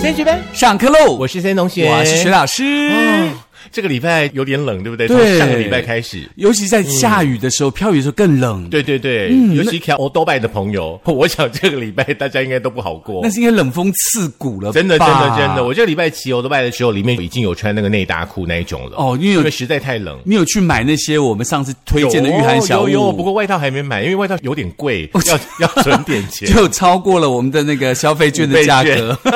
先学呗，上课喽！我是森同学，我是徐老师。哦这个礼拜有点冷，对不对？对从上个礼拜开始，尤其在下雨的时候，飘雨的时候更冷。，对对对，嗯尤其看欧多拜的朋友， 我想这个礼拜大家应该都不好过那。是因为冷风刺骨了吧，真的，真的，真的！我这个礼拜骑欧多拜的时候，里面已经有穿那个内搭裤那一种了。哦因为有因为实在太冷。哦你有去买那些我们上次推荐的御寒小物？哦有有有，不过外套还没买，因为外套有点贵，要 要存点 钱。就超过了我们的那个消费券的价格。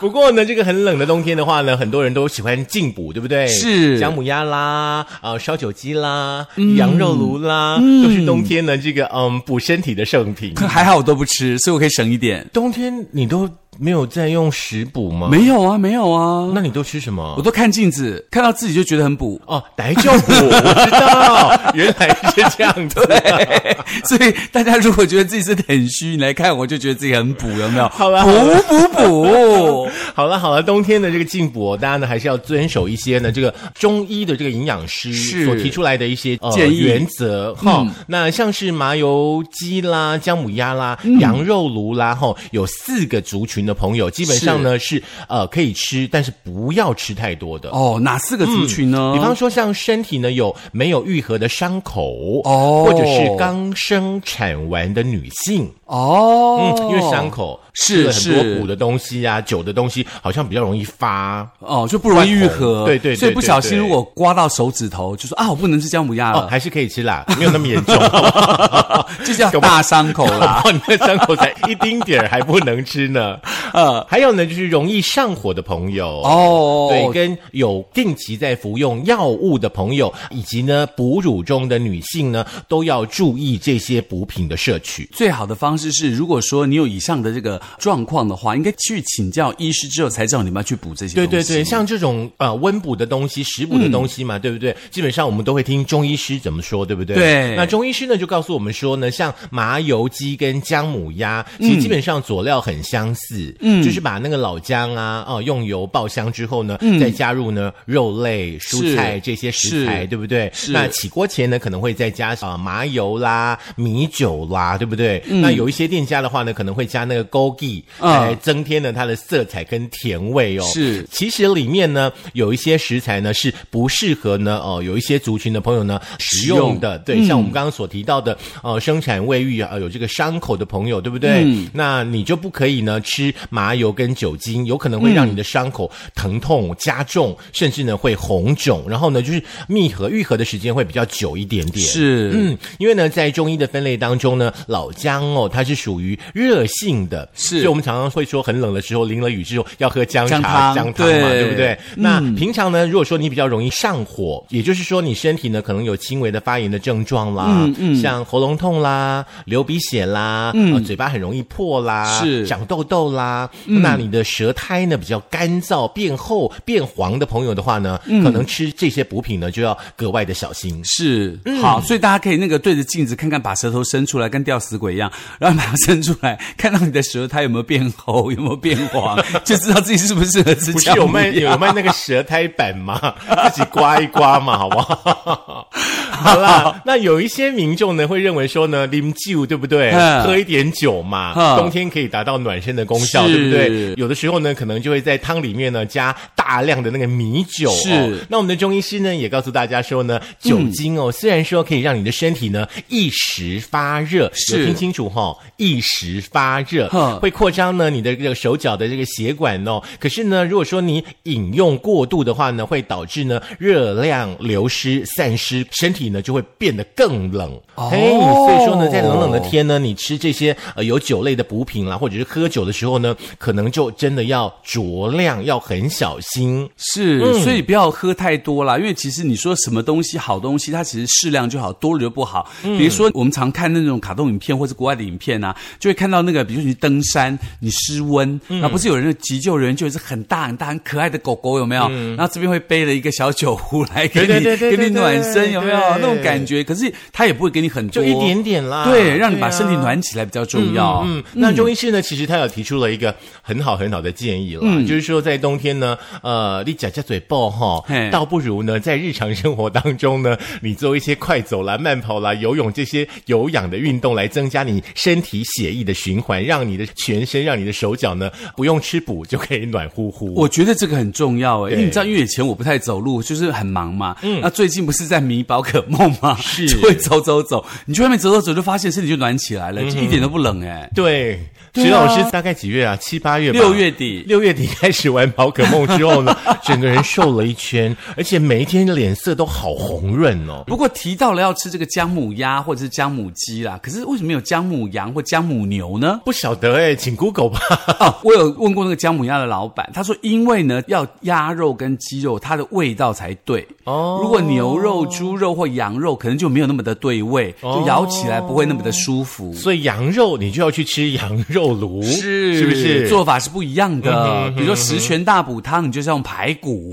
不过呢，这个很冷的冬天的话呢，很多人都喜欢进补，对不对？是嗯姜母鸭啦，呃，烧酒鸡啦，羊肉炉啦，都是冬天呢这个嗯补身体的 圣品。还好我都不吃，所以我可以省一点。冬天你都没有在用食补吗？，没有啊，没有啊，哦那你都吃什我么？都看镜子，看到自己就觉得很 补。哦，奶就补，我知道，原来是这样子、啊 所以大家如果觉得自己是很虚，你来看我就觉得自己很补，有没有？好了好补补 补。好了好了，冬天的这个进补哦，大家呢还是要遵守一些呢这个中医的这个营养师是所提出来的一些、呃、建议嗯原则哈、那像是麻油鸡啦、姜母鸭啦、嗯羊肉炉啦哈、有四个族群的朋友，基本上呢是呃可以吃，但是不要吃太多的。哦，哪四个族群呢？比方说，像身体呢有没有愈合的伤口，哦或者是刚生产完的女性，哦，嗯，因为伤口是吃了是很多补的东西啊、酒的东西，好像比较容易发。哦，就不容易愈合，关口对对对所以不小心对对如果刮到手指头，就说啊，我不能吃姜母鸭哦，了，还是可以吃啦，没有那么严重，好不好 这叫大伤口啦。哦，你的伤口才一丁点儿，还不能吃呢。呃，还有呢，就是容易上火的朋友哦对，跟有定期在服用药物的朋友，以及呢哺乳中的女性呢，都要注意这些补品的摄取。最好的方式是，如果说你有以上的这个状况的话，应该去请教医师之后才知道你们要去补这些东对西。对对，像这种呃温补的东西、食补的东西嗯嘛，对不对？基本上我们都会听中医师怎么说，对不对？对那中医师呢就告诉我们说呢，像麻油鸡跟姜母鸭，其嗯实基本上佐料很相似，嗯，就是把那个老姜啊，哦、用油爆香之后呢，再加入呢肉类、蔬菜这些食嗯材，是对不对？是那起锅前呢可能会再加啊、呃麻油啦、米酒啦，对不对？那有一些店家的话呢，可能会加那个枸杞，嗯来增添了它的色彩跟甜味哦。是其实里面呢有一些食材呢是不适合呢哦、有一些族群的朋友呢食用嗯的，对，像我们刚刚所提到的呃生产卫浴啊、呃有这个伤口的朋友，对不对？那你就不可以呢吃麻油跟酒精，有可能会让你的伤口疼痛加重，甚至呢会红肿，然后呢就是密合愈合的时间会比较久一点点。是嗯，因为呢，在中医的分类当中呢，老姜哦，它是属于热性的，是所以我们常常会说，很冷的时候，淋了雨之后要喝姜茶、姜姜汤嘛，对嗯对不对？那平常呢，如果说你比较容易上火，也就是说你身体呢可能有轻微的发炎的症状啦，嗯嗯像喉咙痛啦、流鼻血啦，嗯、嘴巴很容易破啦，是嗯长痘痘啦，那你的舌苔呢比较干燥、变厚、变黄的朋友的话呢，嗯可能吃这些补品呢就要格外的小心。是嗯好，所以大家可以那个对着镜子看看，把舌头伸出来，跟吊死鬼一样，然后把它伸出来，看到你的舌苔有没有变厚，有没有变黄， 就知道自己是不是适合吃不是姜有母卖鸭有卖那个舌苔板吗？ 自己刮一刮嘛，好不好？ 好啦，那有一些民众呢会认为说呢，啉酒对不对嗯？喝一点酒嘛嗯，冬天可以达到暖身的功效，是对不对？有的时候呢，可能就会在汤里面呢加大量的那个米酒、哦。是嗯那我们的中医师呢也告诉大家说呢，酒精哦，虽然说可以让你的身体呢一时发热，是有听清楚哈、哦，一时发热哼会扩张呢你的这个手脚的这个血管哦。可是呢，如果说你饮用过度的话呢，会导致呢热量流失散失，身体呢就会变得更冷。哦嘿，所以说呢，在冷冷的天呢，你吃这些呃有酒类的补品啦，或者是喝酒的时候呢，可能就真的要酌量，要很小心。是，嗯所以不要喝太多啦，因为其实你说什么东西好东西，它其实适量就好，多了就不好。嗯比如说我们常看那种卡通影片或者国外的影片啊，就会看到那个，比如说你登山，你失温，嗯那、不是有人急救人就有一只很大很大很可爱的狗狗有没有？然后这边会背了一个小酒壶来给你嗯对对对对给你暖身有没有对那种感觉？可是它也不会给你很多，就一点点啦对，让你把对啊嗯身体暖起来比较重要。嗯嗯嗯，那中医师呢，其实他有提出了一个很好很好的建议啦，就是说在冬天呢，呃，你假假嘴爆哈嘿，倒不如呢，在日常生活当中呢，你做一些快走啦、慢跑啦、游泳这些有氧的运动，来增加你身体血液的循环，让你的全身、让你的手脚呢，不用吃补就可以暖乎乎。我觉得这个很重要哎，因为对嗯你知道，因为以前我不太走路，就是很忙嘛。那最近不是在迷宝可梦吗？是就会走走走，你去外面走走走，就发现身体就暖起来了，嗯就一点都不冷哎。对，对徐老啊师大概几月啊？七八月吧，六月底六月底开始玩宝可梦之后呢， 整个人瘦了一圈，而且每一天脸色都好红润哦。不过提到了要吃这个姜母鸭或者是姜母鸡啦，可是为什么有姜母羊或姜母牛 呢？不晓得哎，请 Google 吧。 哦，我有问过那个姜母鸭的老板，他说因为呢要鸭肉跟鸡肉它的味道才对哦如果牛肉、猪肉或羊肉可能就没有那么的对味，哦就咬起来不会那么的舒服。所以羊肉你就要去吃羊肉炉，是是不是？做法是不一样的？嗯哼嗯比如说十全大补汤，你就是要用排骨，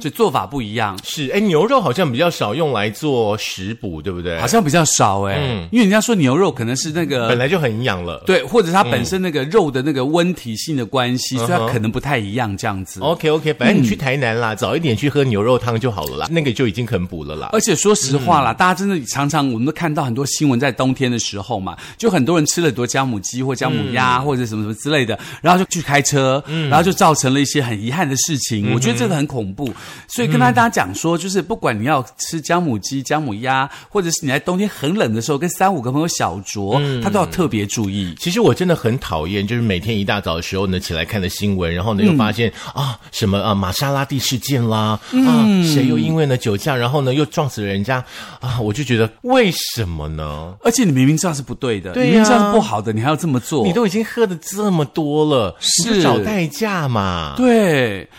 就做法不一样。是哎，牛肉好像比较少用来做食补，对不对？好像比较少哎、因为人家说牛肉可能是那个嗯本来就嗯很营养了。对，或者它本身那个肉的那个温体性的关嗯系，所以它可能不太一样这样子。 OK OK，反正你去台南啦，早一点去喝牛肉汤就好了啦，那个就已经很补了啦。而且说实话嗯啦，大家真的常常我们都看到很多新闻，在冬天的时候嘛，就很多人吃了很多姜母鸡或姜母鸭、嗯或者什么什么之类的，然后就去开车，然后就造成了一些很遗憾的事情。嗯我觉得这个很恐怖，所以跟大家讲说，就是不管你要吃姜母鸡、姜母鸭，或者是你在冬天很冷的时候跟三五个朋友小酌，嗯他都要特别注意。其实我真的很讨厌，就是每天一大早的时候呢，起来看的新闻，然后嗯呢又发现、啊什么啊玛莎拉蒂事件啦，嗯啊谁又因为呢酒驾，然后呢又撞死了人家啊，我就觉得为什么呢？而且你明明知道是不对的，对呀你明明知道是不好的，你还要这么做，你都已经喝的这么多了，哦是你就找代驾嘛？，对。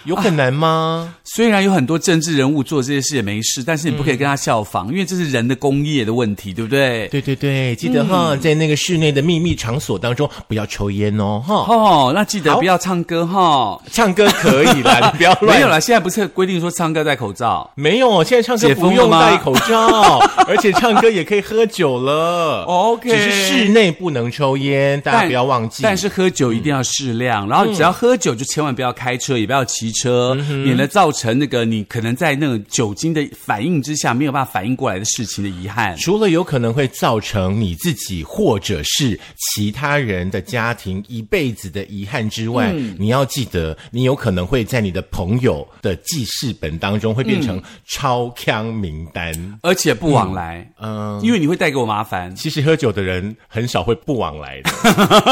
有很难吗？虽然有很多政治人物做这些事也没事，但是你不可以跟他效仿，因为这是人的工业的问题，对不对？对对对，记得嗯哈，在那个室内的秘密场所当中不要抽烟哦，哈。哦，那记得好不要唱歌哈。唱歌可以 啦，你不要乱没有啦，现在不是规定说唱歌戴口罩没有，现在唱歌解封不了用吗戴口 罩，而且唱歌也可以喝酒了。哦 OK 只是室内不能抽烟，大家但不要忘记。嗯但是喝酒一定要适量，然后只要喝酒就千万不要开车，也不要骑车，免得造成那个你可能在那种酒精的反应之下没有办法反应过来的事情的遗憾。除了有可能会造成你自己或者是其他人的家庭一辈子的遗憾之外，你要记得，你有可能会在你的朋友的记事本当中会变成超康名单。而且不往来，嗯因为你会带给我麻烦。其实喝酒的人很少会不往来的，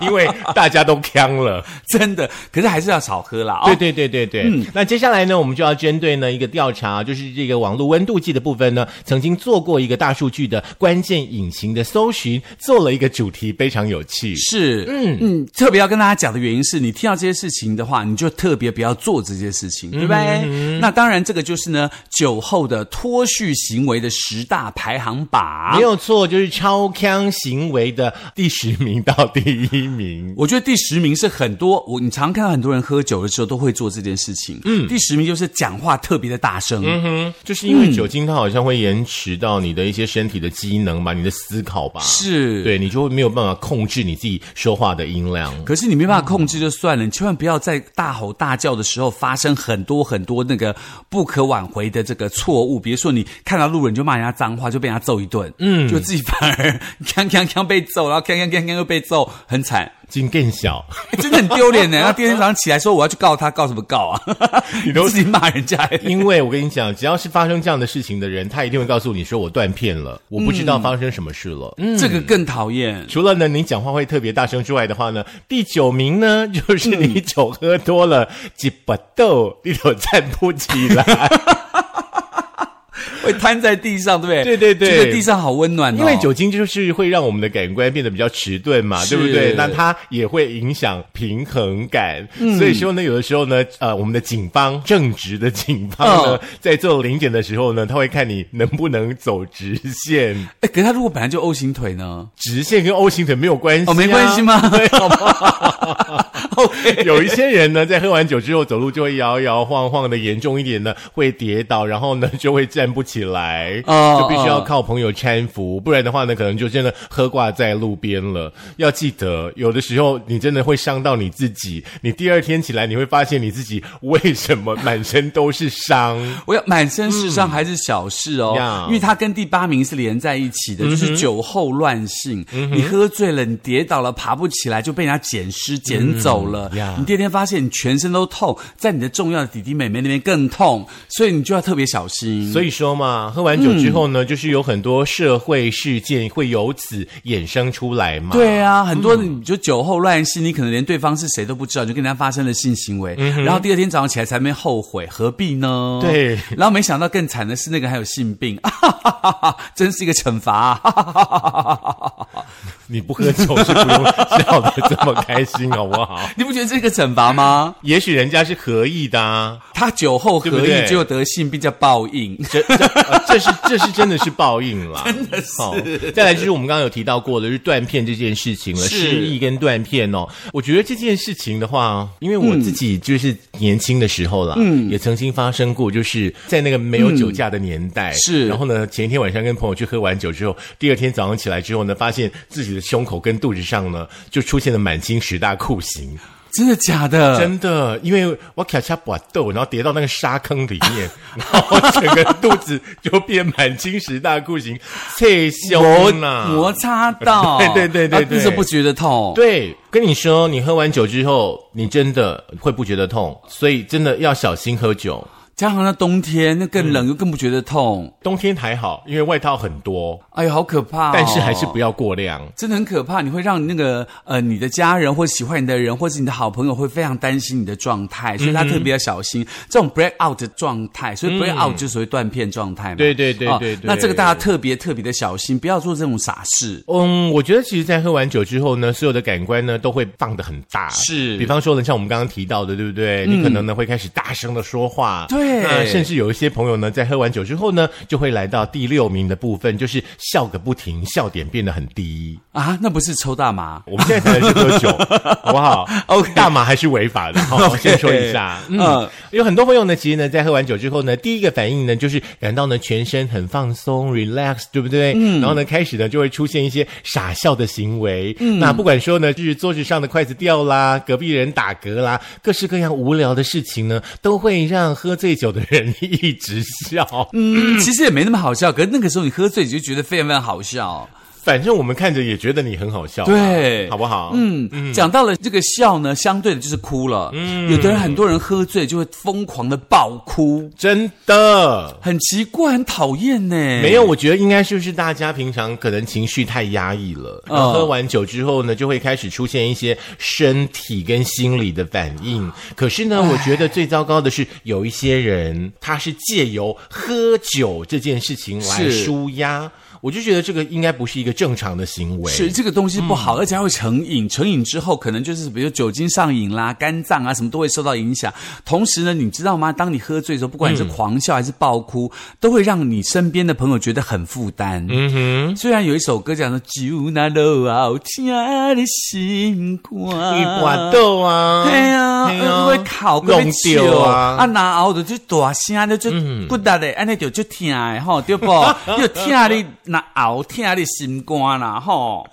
因为大家都呛了。真的，可是还是要少喝啦。哦对，对对对对。那接下来呢，我们就要针对呢一个调查，就是这个网络温度计的部分呢，曾经做过一个大数据的关键引擎的搜寻，做了一个主题，非常有趣。是，嗯嗯，特别要跟大家讲的原因是你听到这些事情的话，你就特别不要做这些事情，嗯对不对？那当然，这个就是呢酒后的脱序行为的十大排行榜没。有错，就是超康行为的第十名到第一名。我觉得第十名是很多我你常看到很多人喝酒的时候都会做这件事情。嗯，第十名就是讲话特别的大声。嗯哼，就是因为酒精，它好像会延迟到你的一些身体的机能吧，你的思考吧，是，。对你就会没有办法控制你自己说话的音量。可是你没办法控制就算了，你千万不要在大吼大叫的时候发生很多很多那个不可挽回的这个错误。比如说你看到路人就骂人家脏话，就被人家揍一顿，嗯，就自己反而锵锵锵被揍，然后锵锵锵锵又被揍，很惨，筋更小，哎真的很丢 脸呢。然后第二天早上起来说我要去告他，告什么告啊？ 你都自己骂人家， 因为我跟你讲，只要是发生这样的事情的人，他一定会告诉你说我断片了，我不知道发生什么事了。嗯。 这个更讨厌。除了呢，你讲话会特别大声之外的话呢，第九名呢就是你酒喝多了，几把豆你都站不起来，会瘫在地上，对不对？对对对觉得地上好温暖哦。因为酒精就是会让我们的感官变得比较迟钝嘛，是对不对？那它也会影响平衡感，所以说呢，有的时候呢，呃，我们的警方正直的警方呢，哦在做临检的时候呢，他会看你能不能走直线。哎，可是他如果本来就 O 型腿 呢？直线跟 O 型腿没有关系、啊哦，没关系？吗？ 好吧，OK。 有一些人呢，在喝完酒之后走路就会摇摇晃晃的，严重一点呢会跌倒，然后呢就会站不起来，哦就必须要哦靠朋友搀扶，不然的话呢，可能就真的喝挂在路边了。要记得，有的时候你真的会伤到你自己，你第二天起来你会发现你自己为什么满身都是伤。我要满身是伤还是小事哦，嗯呀嗯因为它跟第八名是连在一起的，就是酒后乱性。你喝醉了，你跌倒了，爬不起来，就被人家捡尸捡走了。嗯呀你第二天发现你全身都痛，在你的重要的弟弟妹妹那边更痛，所以你就要特别小心。所以说嘛，喝完酒之后呢，就是有很多社会事件会由此衍生出来嘛。对啊，很多你就酒后乱性，你可能连对方是谁都不知道，你就跟人家发生了性行为，嗯然后第二天早上起来才没后悔，何必呢？对然后没想到更惨的是那个还有性病， 真是一个惩罚、你不喝酒是不用笑得这么开心，好不 好？ 你不觉得这是一个惩罚 吗？也许人家是合意的啊，他酒后对何不对意，就得性病叫报应。这这、呃这是这是真的是报应啦，真的是、再来就是我们刚刚有提到过的，就是断片这件事情了，是失忆跟断片哦。我觉得这件事情的话，因为我自己就是年轻的时候啦，嗯，也曾经发生过，就是在那个没有酒驾的年代，是然后呢，前一天晚上跟朋友去喝完酒之后，第二天早上起来之后呢，发现自己的胸口跟肚子上呢，就出现了满清十大酷刑。 真的假的？真的，因为我卡恰把豆，然后跌到那个沙坑里面，然后整个肚子就变满清十大酷刑，刺摩胸摩呐。擦到， 对对对对啊那时候不觉得痛。对，跟你说，你喝完酒之后，你真的会不觉得痛，所以真的要小心喝酒。加上那冬天，那更嗯冷，又更不觉得痛。冬天还好，因为外套很多，哎呦，好可怕、但是还是不要。要过量。真的很可怕，你会让那个呃你的家人或喜欢你的人，或是你的好朋友会非常担心你的状嗯态，所以他特别要小心、这种 break out 的状态，所以 break out 就是所谓断片状态嘛。对对对啊对对那这个大家特别特别的小心，不要做这种傻事。嗯，我觉得其实，在喝完酒之后呢，所有的感官呢都会放得很大。是嗯比方说呢，像我们刚刚提到的，对不对？你可能呢会开始大声的说话，啊对那甚至有一些朋友呢，在喝完酒之后呢，就会来到第六名的部分，就是笑个不停，笑点变得很 低。啊，那不是抽大麻。我们现在谈的是喝酒，好不好 OK 大麻还是违法的，好，我 OK 先说一下。嗯 嗯，有很多朋友呢，其实呢，在喝完酒之后呢，第一个反应呢，就是感到呢全身很放松，relax，对不对？嗯。然后呢，开始呢就会出现一些傻笑的行为。嗯。那不管说呢，就是桌子上的筷子掉啦，隔壁人打嗝啦，各式各样无聊的事情呢，都会让喝醉酒的人一直笑。嗯。嗯，其实也没那么好笑，可是那个时候你喝醉，你就觉得非常非常好笑。反正我们看着也觉得你很好笑啊，对好不好？。嗯，讲到了这个笑呢，相对的就是哭了。嗯，有的人很多人喝醉就会疯狂的爆哭，真的。很奇怪，很讨厌呢。没有，我觉得应该就是大家平常可能情绪太压抑了，嗯然后喝完酒之后呢，就会开始出现一些身体跟心理的反应。可是呢，我觉得最糟糕的是，有一些人他是借由喝酒这件事情来是舒压，我就觉得这个应该不是一个正常的行为。是这个东西不嗯好，而且还会成瘾。成瘾之后，可能就是比如酒精上瘾啦、肝脏啊什么都会受到影响。同时呢，你知道吗？当你喝醉的时候，不嗯管你是狂笑还是爆哭，都会让你身边的朋友觉得很负担。嗯哼。虽然有一首歌讲的酒那落啊，亲爱的心肝，一把豆啊，对啊，嘿呃会烤弄丢啊，啊嗯拿熬的就大声的就骨力的，安尼就就疼的吼，对不？ 就疼你那熬，疼你心肝啦吼。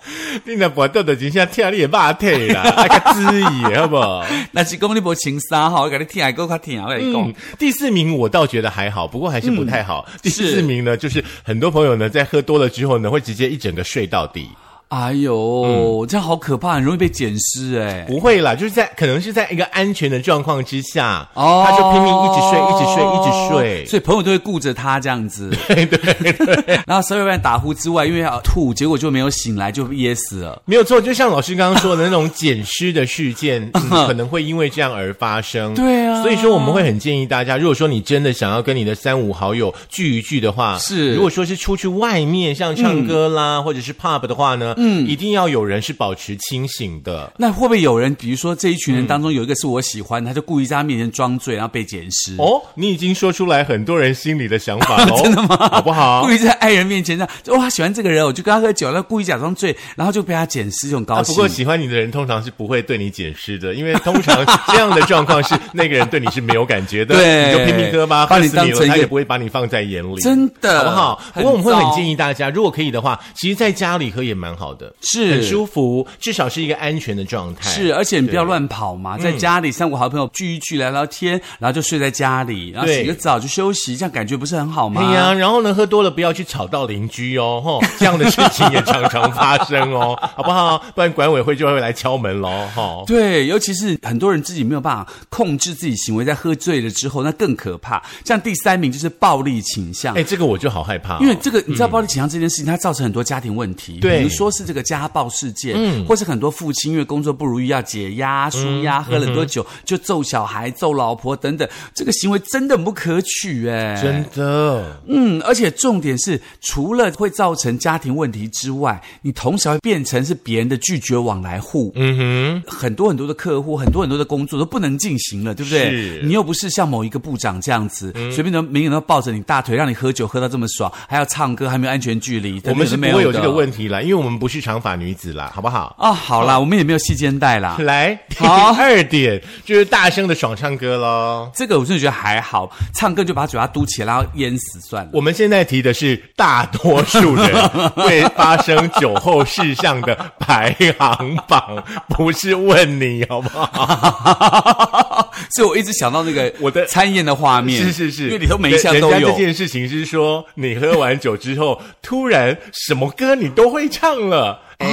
你那把豆的真像跳你的肉腿 啦，那个滋意好不好？那是讲你无穿衫吼，我给你听还够较听，我跟你讲嗯。，第四名我倒觉得还好，不过还是不太嗯好。第四是名呢，就是很多朋友呢在喝多了之后呢，会直接一整个睡到底。哎呦，这样好可怕，很容易被捡尸哎。不会啦，就是在可能是在一个安全的状况之下，哦，他就拼命一直睡，一直睡，一直睡。所以朋友都会顾着他这样 子。对对对。 然后稍微被打呼之外，因为要吐，结果就没有醒来，就噎死了。没有错，就像老师刚刚说的那种捡尸的事件、 嗯可能会因为这样而发生。对啊所以说我们会很建议大家，如果说你真的想要跟你的三五好友聚一聚的话，是嗯如果说是出去外面，像唱歌啦，或者是 pub 的话呢，嗯，一定要有人是保持清醒的。那会不会有人，比如说这一群人当中有一个是我喜欢的，他就故意在他面前装醉，然后被捡尸？哦，你已经说出来很多人心里的想法了，哦 真的吗？好不 好故？意在爱人面前这样，就哇喜欢这个人，我就跟他喝酒，然后故意假装醉，然后就被他捡尸，这种啊高兴。不过喜欢你的人通常是不会对你解释的，因为通常这样的状况是那个人对你是没有感觉的，对你就拼命喝吧，把你喝死当成了，他一个也不会把你放在眼里，真的好不好？不很过我们会很糟建议大家，如果可以的话，其实在家里喝也蛮好的，是很舒服，至少是一个安全的状态。是，而且你不要对乱跑嘛，在家里三五好朋友聚一聚，聊聊天，然后就睡在家里，然后对洗个澡就休息，这样感觉不是很好吗？哎呀，然后呢，喝多了不要去吵到邻居哦，吼，这样的事情也常常发 生哦，好不好？不然管委会就会来敲门喽，吼。对，尤其是很多人自己没有办法控制自己行为，在喝醉了之后，那更可怕。像第三名就是暴力倾向。哎，这个我就好害怕哦、因为这个，你知道暴力倾向这件事情，它造成很多家庭问题，嗯对嗯比如说是这个家暴事件，或是很多父亲因为工作不如意要解压、舒压，喝了很多嗯酒就揍小孩、揍老婆等等，这个行为真的很不可取哎、真的。嗯，而且重点是，除了会造成家庭问题之外，你同时还会变成是别人的拒绝往来户。嗯哼，很多很多的客户，很多很多的工作都不能进行了，对不对是？嗯你又不是像某一个部长这样子，随便的名人都抱着你大腿，让你喝酒喝到这么爽，还要唱歌，还没有安全距离，我们是等不等都没会有的这个问题啦，因为我们不是长发女子啦，好不好？啊、好啦，我们也没有细肩带 啦。来，第好二点就是大声的爽唱歌喽。这个我真的觉得还好，唱歌就把嘴巴嘟起来，然后淹死算了。我们现在提的是大多数人 会发生酒后事项的排行榜，不是问你好不好？ 所以我一直想到那个我的餐宴的画面，是是是，因为里头每一项人都人家有这。件事情是说，你喝完酒之后，突然什么歌你都会唱了，哦哎，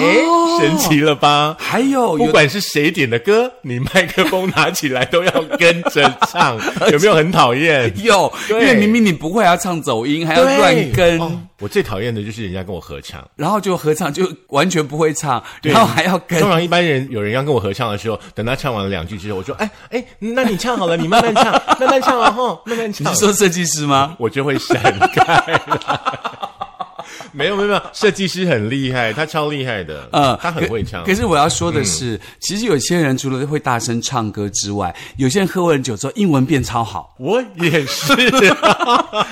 神奇了吧？还有不有管是谁点的歌，你麦克风拿起来都要跟着 唱，有没有很讨厌？有，因对为明明你不会，还要唱走音，还要乱跟，哦我最讨厌的就是人家跟我合唱。然后就合唱就完全不会唱，对然后还要跟通。常一般人有人要跟我合唱的时候，等他唱完了两句之后，我说：“哎哎，那你唱好了，你慢慢唱， 慢慢唱啊，吼，慢慢你唱。”是说设计师吗？我就会闪开了 没有没有没有，设计师很厉害，他超厉害的，呃嗯他很会唱。，可是我要说的是，其实有些人除了会大声唱歌之外，有些人喝完酒之后英文变超好 我也是，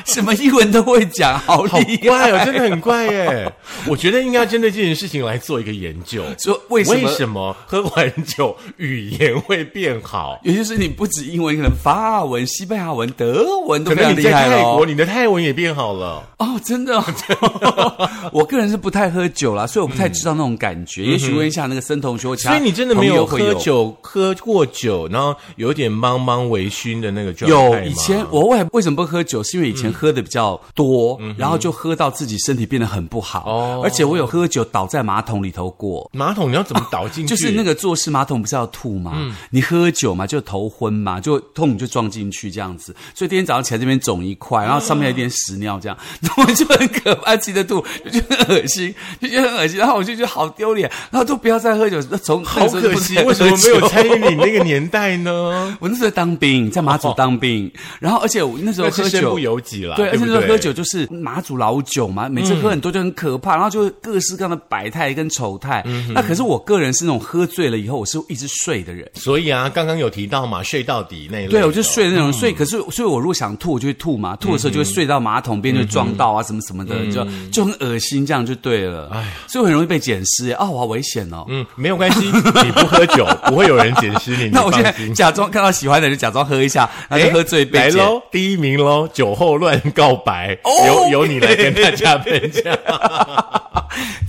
什么英文都会讲，好 好厉害。怪哦，真的很怪耶！ 我觉得应该针对这件事情来做一个研究，说为什么？么喝完酒语言会变好？也就是你不止英文，可能法文、西班牙文、德文都可非能常厉你在害泰了。国，你的泰文也变好了。哦，真的、 哦，我个人是不太喝酒啦，所以我不太知道那种感觉。也许问一下那个森同学或其他嗯朋友会，所以你真的没有喝酒，喝过酒，然后有点茫茫微醺的那个状有态吗啊嗯以前我为为什么不喝酒？是因为以前喝的比较多，然后就喝到自己身体变得很不好。哦而且我有喝酒倒在马桶里头过。马桶你要怎么倒进啊去？嗯就是那个坐式马桶不是要吐吗？你喝酒嘛，就头昏嘛，就痛就撞进去这样子，所以今天早上起来这边肿一嗯块，然后上面有一点屎尿这样， 然后我就很可怕，记得吐，就觉得很恶心，就觉得很恶心，然后我就觉得好丢脸，然后都不要再喝酒，从好可 惜，为什么没有参与你那个年代呢？我那时候当兵，在马祖当兵，然后而且我那时候那 喝是身酒不。由己啦，对，而且不那时候对喝酒就是马祖老酒嘛，每次喝很多就很可嗯怕，然后就各式各样的百态跟丑态。那可是我个人是那种喝醉了以后，我是一直睡的人。所以啊，刚刚有提到嘛，睡到底那一类的。对，我就睡嗯那种睡，可是所以，我如果想吐，我就会吐嘛，吐的时候就会睡到马桶边，就会撞到啊，什么什么嗯的，就就很恶心，这样就对了。所以我很容易被捡尸，啊，我好危险哦。哎嗯，没有关系， 你不喝酒，不会有人捡尸你。那我你现放在心哎假装看到喜欢的人，假装喝一下，然后就喝醉来被捡。喽，第一名喽，酒后乱告白，哦由由你来跟大家分享。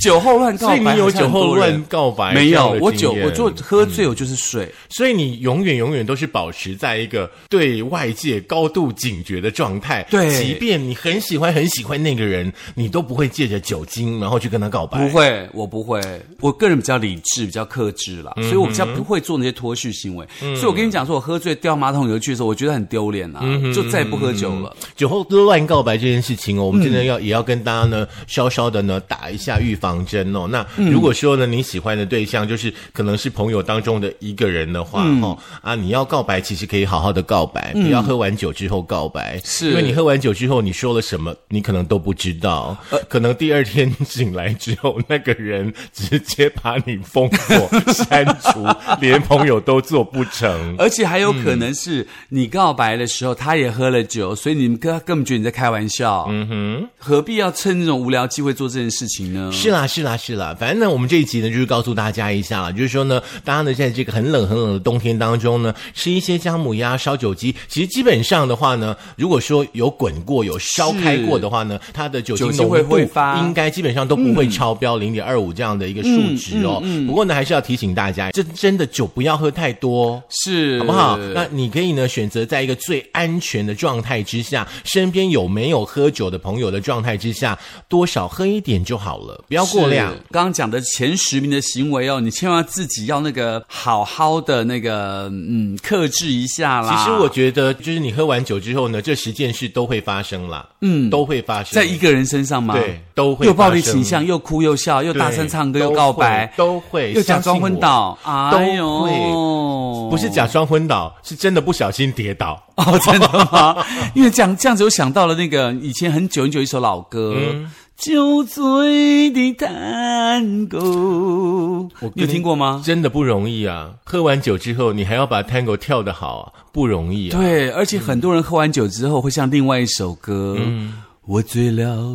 酒后乱告所白，以你有好像酒很多后人乱告白没这样有的，我经酒验嗯我就喝醉，我就是睡。所以你永远永远都是保持在一个对外界高度警觉的状态。对即便你很喜欢很喜欢那个人，你都不会借着酒精然后去跟他告白。不会，我不会，我个人比较理智，比较克制嗯啦，所以我比较不会做那些脱序行为。所以我跟你讲，说我喝醉掉马桶游去的时候，我觉得很丢脸啊，嗯就再也不喝酒了。酒后乱告白这件事情哦，我们真的要、也要跟大家呢稍稍的呢打一下下预防针哦。那如果说呢，你喜欢的对象就是可能是朋友当中的一个人的话，哦啊，你要告白其实可以好好的告白，不要喝完酒之后告白，是因为你喝完酒之后你说了什么，你可能都不知道，可能第二天醒来之后，那个人直接把你封锁、删除，连朋友都做不成。而且还有可能是你告白的时候，他也喝了酒，所以你们根根本觉得你在开玩笑。嗯哼，何必要趁这种无聊机会做这件事情呢？是啊啦，是啦，是啦。反正呢，我们这一集呢，就是告诉大家一下啦，就是说呢，大家呢在这个很冷很冷的冬天当中呢，吃一些姜母鸭、烧酒鸡，其实基本上的话呢，如果说有滚过、有烧开过的话呢，它的酒精酒精浓会度挥发应该基本上都不会超标零点二五这样的一个数值哦。嗯不过呢，还是要提醒大家，真真的酒不要喝太多哦。是，好不好？那你可以呢选择在一个最安全的状态之下，身边有没有喝酒的朋友的状态之下，多少喝一点就好了，不要过量是。刚刚讲的前十名的行为哦，你千万自己要那个好好的那个嗯，克制一下啦。其实我觉得，就是你喝完酒之后呢，这十件事都会发生啦，嗯，都会发生，在一个人身上吗？对都会又暴力发生倾向，又哭又笑，又对大声唱歌，又告白，都会，都会又假装昏，倒，都哎呦，不是假装昏倒，是真的不小心跌倒。哦，真的吗？ 因为这样这样子，我想到了那个以前很久很久一首老歌。嗯酒醉的探戈，你有听过吗？真的不容易啊！喝完酒之后，你还要把 tango 跳得好、啊，不容易啊！对，而且很多人喝完酒之后会像另外一首歌，嗯我醉了，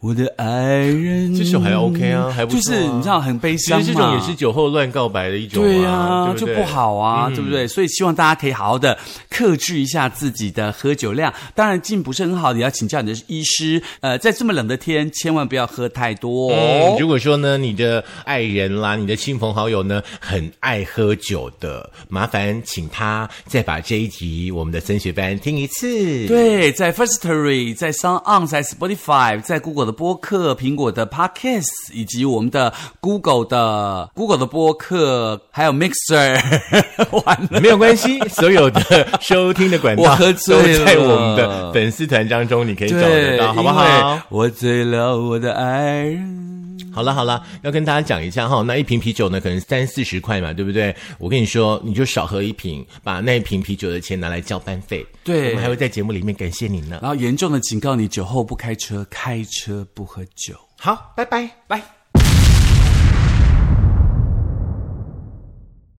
我的爱人。这首还 OK 啊还不错啊就是你知道很悲其伤嘛，实这种也是酒后乱告白的一种、啊，对呀、呀，对就不对嗯不。好啊，对不对？所以希望大家可以好好的克制一下自己的喝酒量。当然，进不是很好，也要请教你的医师。呃，在这么冷的天，千万不要喝太多嗯哦。，如果说呢，你的爱人啦，你的亲朋好友呢，很爱喝酒的，麻烦请他再把这一集我们的升学班听一次。。对，在 Firstory、在 Sound On、在 Spotify、在 Google 的播客、苹果的 Podcast 以及我们的 Google 的 Google 的播客，还有 Mixer，完了。没有关系，所有的收听的管道 我喝醉都了在我们的粉丝团当中，你可以找得到，好不因好为？我醉了，我的爱人。好了好了，要跟大家讲一下哈，那一瓶啤酒呢，可能三四十块嘛，对不对？我跟你说，你就少喝一瓶，把那一瓶啤酒的钱拿来交班费。对我们还会在节目里面感谢你呢。然后严重的警告你：酒后不开车，开车不喝酒。好，拜拜。拜。